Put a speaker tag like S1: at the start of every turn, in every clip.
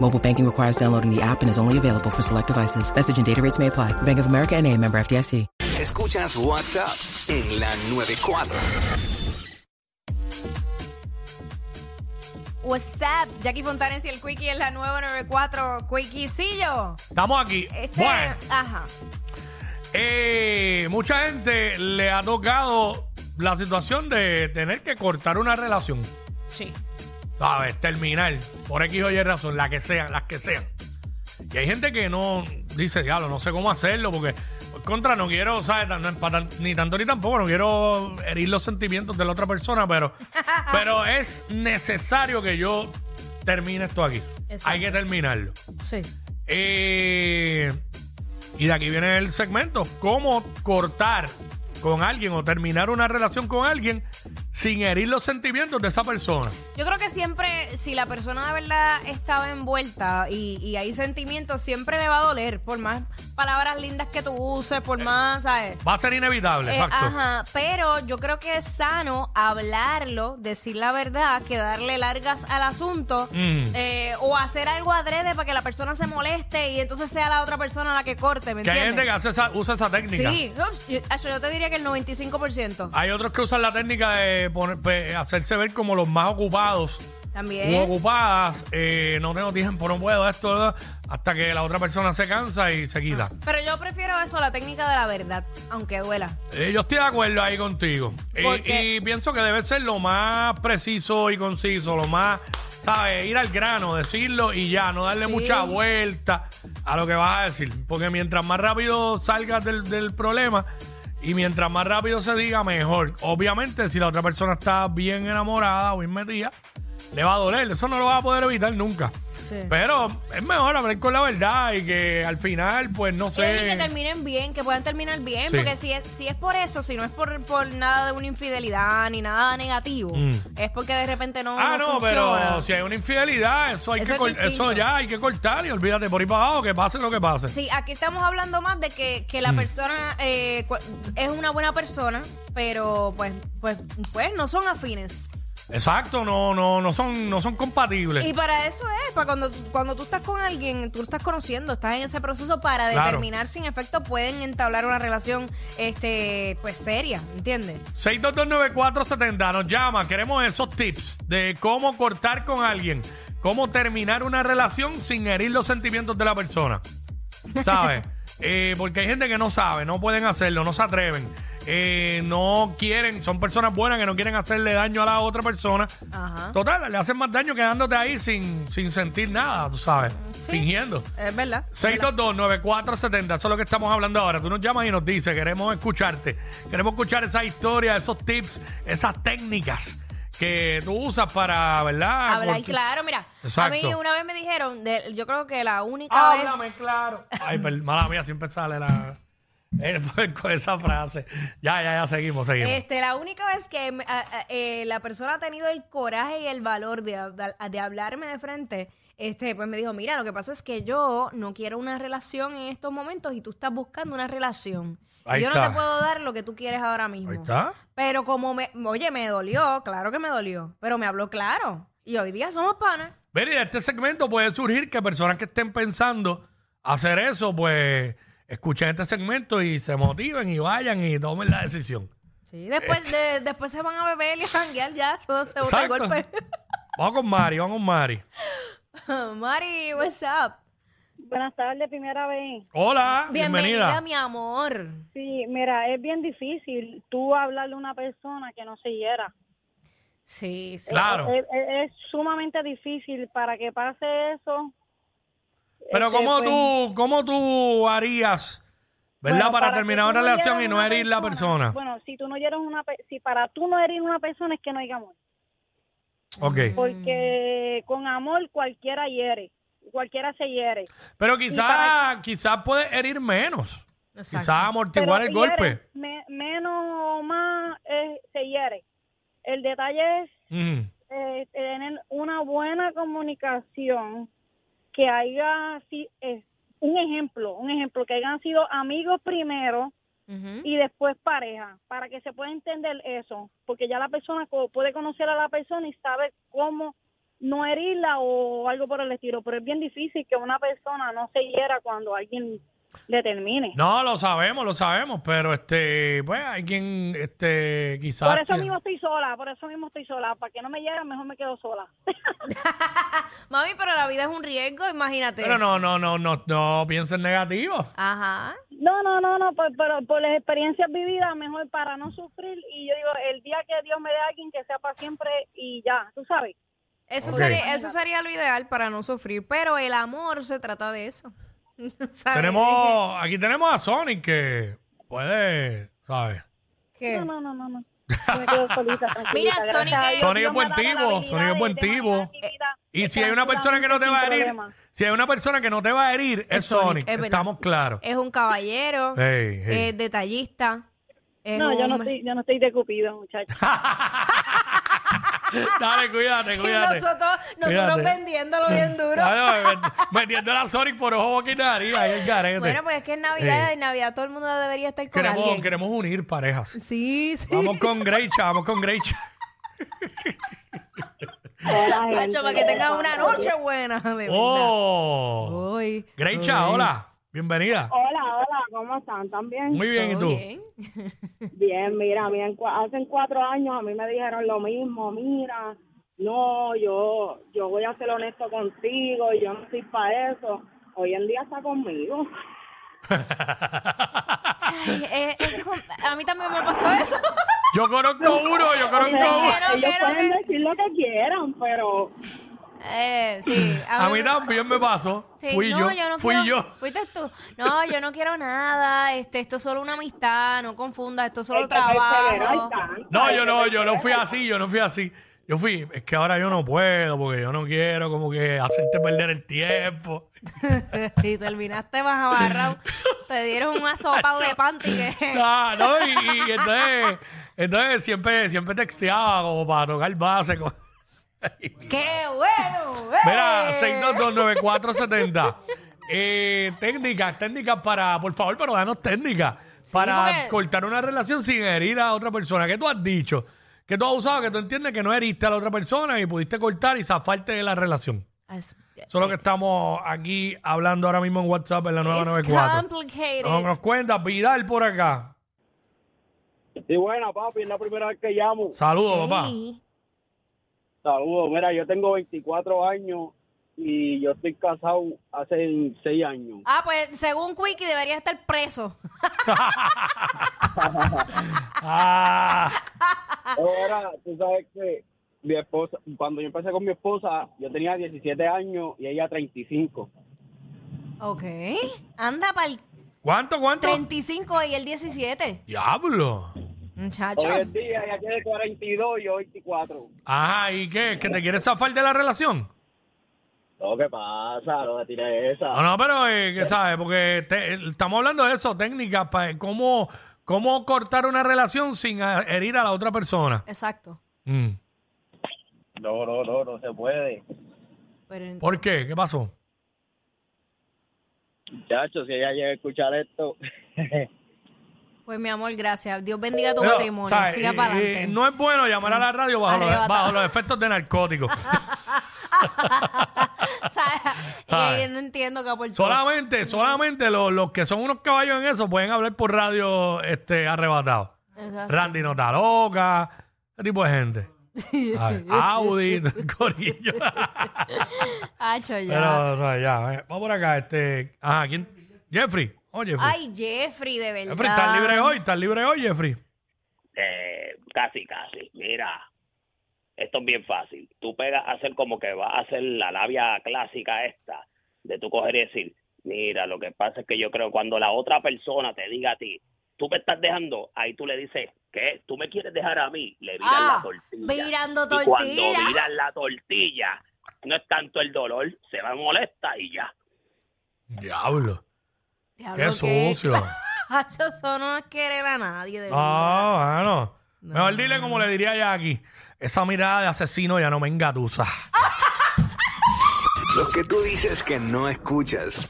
S1: Mobile banking requires downloading the app and is only available for select devices. Message and data rates may apply. Bank of America and a member FDIC.
S2: Escuchas WhatsApp en la 94.
S3: What's up? Jackie Fontanes y el Quickie en la nueva 94. Quickiecillo.
S4: Estamos aquí.
S3: Este,
S4: Bueno,
S3: ajá.
S4: eh, mucha gente le ha tocado la situación de tener que cortar una relación.
S3: Sí.
S4: ¿Sabes? Terminar. Por X o Y razón, la que sean, las que sean. Y hay gente que no dice, diablo, no sé cómo hacerlo, porque por contra no quiero, ¿sabes? Tan- no empatar- ni tanto ni tampoco, no quiero herir los sentimientos de la otra persona, pero, pero es necesario que yo termine esto aquí.
S3: Exacto.
S4: Hay que terminarlo.
S3: Sí.
S4: Eh, y de aquí viene el segmento. ¿Cómo cortar con alguien o terminar una relación con alguien sin herir los sentimientos de esa persona?
S3: Yo creo que siempre, si la persona de verdad estaba envuelta y, y hay sentimientos, siempre le va a doler. Por más palabras lindas que tú uses, por más, ¿sabes?
S4: Va a ser inevitable,
S3: Eh,
S4: Eh, exacto.
S3: ajá, pero yo creo que es sano hablarlo, decir la verdad, que darle largas al asunto
S4: Mm.
S3: eh, o hacer algo adrede para que la persona se moleste y entonces sea la otra persona la que corte, ¿me
S4: Que hay
S3: entiendes?
S4: gente que hace esa- usa esa técnica.
S3: Sí, ups, yo, acho, yo te diría que el 95%.
S4: Hay otros que usan la técnica de poner- pe- hacerse ver como los más ocupados
S3: También.
S4: o ocupadas. eh, no tengo tiempo, no puedo esto, ¿verdad? hasta que la otra persona se cansa y se quita.
S3: Pero yo prefiero eso, la técnica de la verdad, aunque duela.
S4: Eh, yo estoy de acuerdo ahí contigo. Y-
S3: Porque-
S4: Y, pienso que debe ser lo más preciso y conciso, lo más, ¿sabes? Ir al grano, decirlo y ya, no darle
S3: Sí.
S4: mucha vuelta a lo que vas a decir. Porque mientras más rápido salgas del, del problema y mientras más rápido se diga, mejor. Obviamente, si la otra persona está bien enamorada o bien metida, le va a doler. Eso no lo vas a poder evitar nunca.
S3: Sí.
S4: Pero es mejor hablar con la verdad y que al final, pues no
S3: Sí. Y que
S4: sé.
S3: terminen bien, que puedan terminar bien,
S4: Sí.
S3: porque si es, si es por eso, si no es por, por nada de una infidelidad ni nada negativo,
S4: Mm.
S3: es porque de repente no.
S4: Ah, no, pero
S3: funciona.
S4: si hay una infidelidad, eso hay
S3: Eso
S4: que
S3: es
S4: cor-
S3: distinto.
S4: eso ya hay que cortar y olvídate por ahí para abajo, que pase lo que pase.
S3: Sí, aquí estamos hablando más de que, que
S4: Mm.
S3: la persona eh, cu- es una buena persona, pero pues, pues, pues no son afines.
S4: Exacto, no, no, no son, no son compatibles.
S3: Y para eso es, para cuando, cuando tú estás con alguien, tú lo estás conociendo, estás en ese proceso para
S4: Claro.
S3: determinar si en efecto pueden entablar una relación este pues seria, ¿entiendes?
S4: 6229470 nos llama, queremos esos tips de cómo cortar con alguien, cómo terminar una relación sin herir los sentimientos de la persona. ¿Sabes? Eh, porque hay gente que no sabe, no pueden hacerlo, no se atreven, eh, no quieren, son personas buenas que no quieren hacerle daño a la otra persona.
S3: Ajá.
S4: Total, le hacen más daño quedándote ahí sin, sin sentir nada, tú sabes,
S3: Sí.
S4: fingiendo.
S3: Es verdad.
S4: 622-9470, eso es lo que estamos hablando ahora. Tú nos llamas y nos dices, queremos escucharte. Queremos escuchar esa historia, esos tips, esas técnicas que tú usas para, ¿verdad?
S3: Hablar
S4: Cortar-
S3: claro, mira, a
S4: Exacto.
S3: mí una vez me dijeron, de- yo creo que la única
S4: Háblame
S3: vez...
S4: claro. Ay, per- mala mía, siempre sale la... eh, con esa frase. Ya, ya, ya, seguimos, seguimos.
S3: Este, la única vez que me- a- a- eh, la persona ha tenido el coraje y el valor de, hablar- de hablarme de frente, este, pues me dijo, mira, lo que pasa es que yo no quiero una relación en estos momentos y tú estás buscando una relación. Y
S4: Ahí
S3: yo no
S4: está.
S3: te puedo dar lo que tú quieres ahora mismo.
S4: Ahí está.
S3: Pero como me, oye, me dolió, claro que me dolió, pero me habló claro. Y hoy día somos panas.
S4: Mira, y de este segmento puede surgir que personas que estén pensando hacer eso, pues escuchen este segmento y se motiven y vayan y tomen la decisión.
S3: Sí, después, de- después se van a beber y a janguear ya, todo se bota el
S4: Eh. Exacto.
S3: golpe.
S4: Vamos con Mari, vamos con Mari.
S3: Mari, what's up?
S5: Buenas tardes, primera vez.
S4: Hola,
S3: Bienvenida,
S4: bienvenida.
S3: mi amor.
S5: Sí, mira, es bien difícil tú hablarle a una persona que no se hiera.
S3: Sí, sí.
S4: Claro.
S5: Es, es- es sumamente difícil para que pase eso.
S4: Pero
S5: Este,
S4: ¿cómo
S5: pues,
S4: tú, cómo tú harías, ¿verdad?
S5: bueno,
S4: para, terminar
S5: que tú
S4: una relación y
S5: hieras
S4: no
S5: una
S4: herir la persona.
S5: Bueno, si tú no eres una pe- si para tú no eres una persona es que no hay amor,
S4: ok. Mm.
S5: porque con amor cualquiera hiere, cualquiera se hiere.
S4: Pero quizás quizás puede herir menos.
S3: Exacto.
S4: Quizás amortiguar el
S5: Pero
S4: golpe.
S5: hiere, me- menos o más eh, se hiere. El detalle es
S4: Ujú.
S5: eh, tener una buena comunicación, que haya si- eh, un ejemplo, un ejemplo, que hayan sido amigos primero
S3: Ujú.
S5: y después pareja, para que se pueda entender eso, porque ya la persona co- puede conocer a la persona y sabe cómo no herirla o algo por el estilo, pero es bien difícil que una persona no se hiera cuando alguien le termine.
S4: No, lo sabemos, lo sabemos, pero este, pues hay quien, este, quizás.
S5: Por eso
S4: tiene-
S5: mismo estoy sola, por eso mismo estoy sola. Para que no me lleguen, mejor me quedo sola.
S3: Mami, pero la vida es un riesgo, imagínate.
S4: Pero no, no, no, no, no piensen negativo.
S3: Ajá.
S5: No, no, no, no, por, pero por las experiencias vividas, mejor para no sufrir. Y yo digo, el día que Dios me dé a alguien que sea para siempre y ya, tú sabes.
S3: Eso,
S4: Ok.
S3: sería, eso sería lo ideal para no sufrir, pero el amor se trata de eso. ¿Sabes?
S4: Tenemos, aquí tenemos a Sonic que puede, ¿sabes?
S3: ¿Qué?
S5: No, no, no, no. no. Yo me quedo solita, tranquilita,
S3: Mira,
S5: gracias
S3: Sonic
S5: a
S3: es-
S5: Dios,
S4: Sonic es
S5: Dios me
S4: buen
S5: ha dado la
S4: tipo,
S5: habilidad
S4: Sonic es
S5: de
S4: buen
S5: manejar
S4: tipo.
S5: mi vida
S4: Y si hay una persona que no te va a
S5: sin
S4: herir,
S5: problema.
S4: si hay una persona que no te va a herir, es,
S3: Es
S4: Sonic,
S3: Sonic, es verdad. Eh,
S4: estamos claros.
S3: Es un caballero,
S4: Ey, ey.
S3: es detallista. Es
S5: No, yo no,
S3: hombre.
S5: estoy, yo no estoy de cupido, muchachos.
S4: Dale, cuídate,
S3: Y
S4: cuídate.
S3: nosotros,
S4: Cuídate.
S3: nosotros vendiéndolo bien duro.
S4: Dale, met- metiendo a Sonic por ojo, boca y nariz, ahí el garete.
S3: Bueno, pues es que en Navidad,
S4: Ey.
S3: en Navidad todo el mundo debería estar con
S4: queremos,
S3: alguien.
S4: queremos unir parejas.
S3: Sí, sí.
S4: Vamos con Greicha, vamos con Greicha.
S5: Hola, gente.
S3: Nacho, para que tengas una noche buena, de verdad.
S4: Oh.
S3: Uy.
S4: Greicha,
S3: Uy.
S4: hola. Bienvenida.
S5: Hola, hola, ¿cómo están? ¿También?
S4: Muy bien, ¿y
S3: ¿Todo
S4: tú?
S3: bien?
S5: Bien, mira, a mí en cua- hace cuatro años a mí me dijeron lo mismo, mira, no, yo, yo voy a ser honesto contigo, yo no estoy para eso. Hoy en día está conmigo.
S3: Ay, eh, es com- a mí también me pasó eso.
S4: Yo conozco uno, yo conozco
S3: Dicen
S4: uno.
S3: que no,
S5: Ellos
S3: que no,
S5: pueden
S3: que-
S5: decir lo que quieran, pero
S3: Eh, sí.
S4: A mí también me pasó.
S3: Sí,
S4: Fui
S3: no,
S4: yo.
S3: no
S4: fui
S3: quiero-
S4: yo.
S3: Fuiste tú. No, yo no quiero nada. Este, esto es solo una amistad. No confundas. Esto es
S5: hay
S3: solo
S5: que perseverar
S3: trabajo.
S5: tanto,
S4: No,
S5: hay
S4: yo
S5: que
S4: no, yo no
S5: perseverar.
S4: fui así, yo no fui así. Yo fui, es que ahora yo no puedo, porque yo no quiero como que hacerte perder el tiempo.
S3: y terminaste más amarrado. Te dieron un asopado de panty que.
S4: Ah, no, y, y entonces, entonces siempre, siempre texteaba como para tocar base. como-
S3: ¡Qué bueno! eh!
S4: Mira, 6229470. Eh, técnicas, técnicas para, por favor, pero danos técnicas para
S3: porque-
S4: cortar una relación sin herir a otra persona. ¿Qué tú has dicho? ¿Qué tú has usado? Que tú entiendes que no heriste a la otra persona y pudiste cortar y zafarte de la relación.
S3: Es-
S4: Eso es lo que estamos aquí hablando ahora mismo en WhatsApp en la
S3: It's
S4: 994.
S3: complicated.
S4: Nos, nos cuenta Vidal por acá.
S6: Sí, buena, papi, es la primera vez que llamo.
S4: Saludos, papá.
S3: Sí.
S6: Saludos, mira, yo tengo 24 años y yo estoy casado hace 6 años.
S3: Ah, pues según Quickie debería estar preso.
S4: Ah,
S6: Ahora, tú sabes que mi esposa, cuando yo empecé con mi esposa, yo tenía 17 años y ella 35.
S3: Ok. Anda para el
S4: ¿Cuánto, cuánto?
S3: 35 y el 17.
S4: Diablo.
S3: Muchacho.
S6: Hoy en día ella tiene 42 y yo 24.
S4: Ajá, ¿y qué? ¿Que te quieres zafar de la relación?
S6: No, ¿qué pasa? No me tires esa.
S4: No, no, pero eh, que sabes, porque te- estamos hablando de eso, técnicas para cómo, cómo cortar una relación sin ah, herir a la otra persona.
S3: Exacto.
S4: Mm.
S6: no, no, no, no se puede.
S3: Pero,
S4: ¿Por qué? ¿Qué pasó?
S6: Muchachos, si ella llega a escuchar esto,
S3: pues mi amor, gracias. Dios bendiga tu
S4: Pero,
S3: matrimonio.
S4: ¿sabes?
S3: Siga
S4: Eh,
S3: para adelante.
S4: eh, no es bueno llamar a la radio bajo los,
S3: Arrebata.
S4: bajo los efectos de narcóticos.
S3: o sea,
S4: ¿sabes?
S3: eh, no entiendo qué aportó.
S4: solamente, solamente los, los que son unos caballos en eso pueden hablar por radio este arrebatado.
S3: Exacto.
S4: Randy no está loca, ese tipo de gente. A ver, Audi, Corillo.
S3: Acho, ya.
S4: Pero, o sea, ya, eh, vamos por acá. Este, ajá, ¿quién? Jeffrey. Oh, Jeffrey.
S3: Ay, Jeffrey, de verdad.
S4: Jeffrey, ¿estás libre hoy? ¿Estás libre hoy, Jeffrey?
S7: Eh, casi, casi. Mira, Esto es bien fácil. Tú pegas a hacer como que vas a hacer la labia clásica esta, de tú coger y decir, mira, lo que pasa es que yo creo cuando la otra persona te diga a ti, tú me estás dejando, ahí tú le dices, ¿qué? ¿Tú me quieres dejar a mí? Le viras
S3: Ah,
S7: la tortilla.
S3: virando
S7: Y cuando
S3: tortilla.
S7: viras la tortilla, no es tanto el dolor, se va molesta y ya.
S4: Diablo.
S3: Diablo,
S4: Qué sucio.
S3: Hacho, eso no es querer a nadie, de verdad.
S4: Ah, bueno.
S3: No.
S4: Mejor dile como le diría ya aquí. Esa mirada de asesino ya no me engatusa.
S2: Lo que tú dices que no escuchas.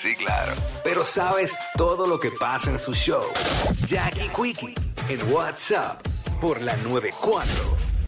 S2: Sí, claro. Pero sabes todo lo que pasa en su show. Jackie Quickie en WhatsApp por la 94.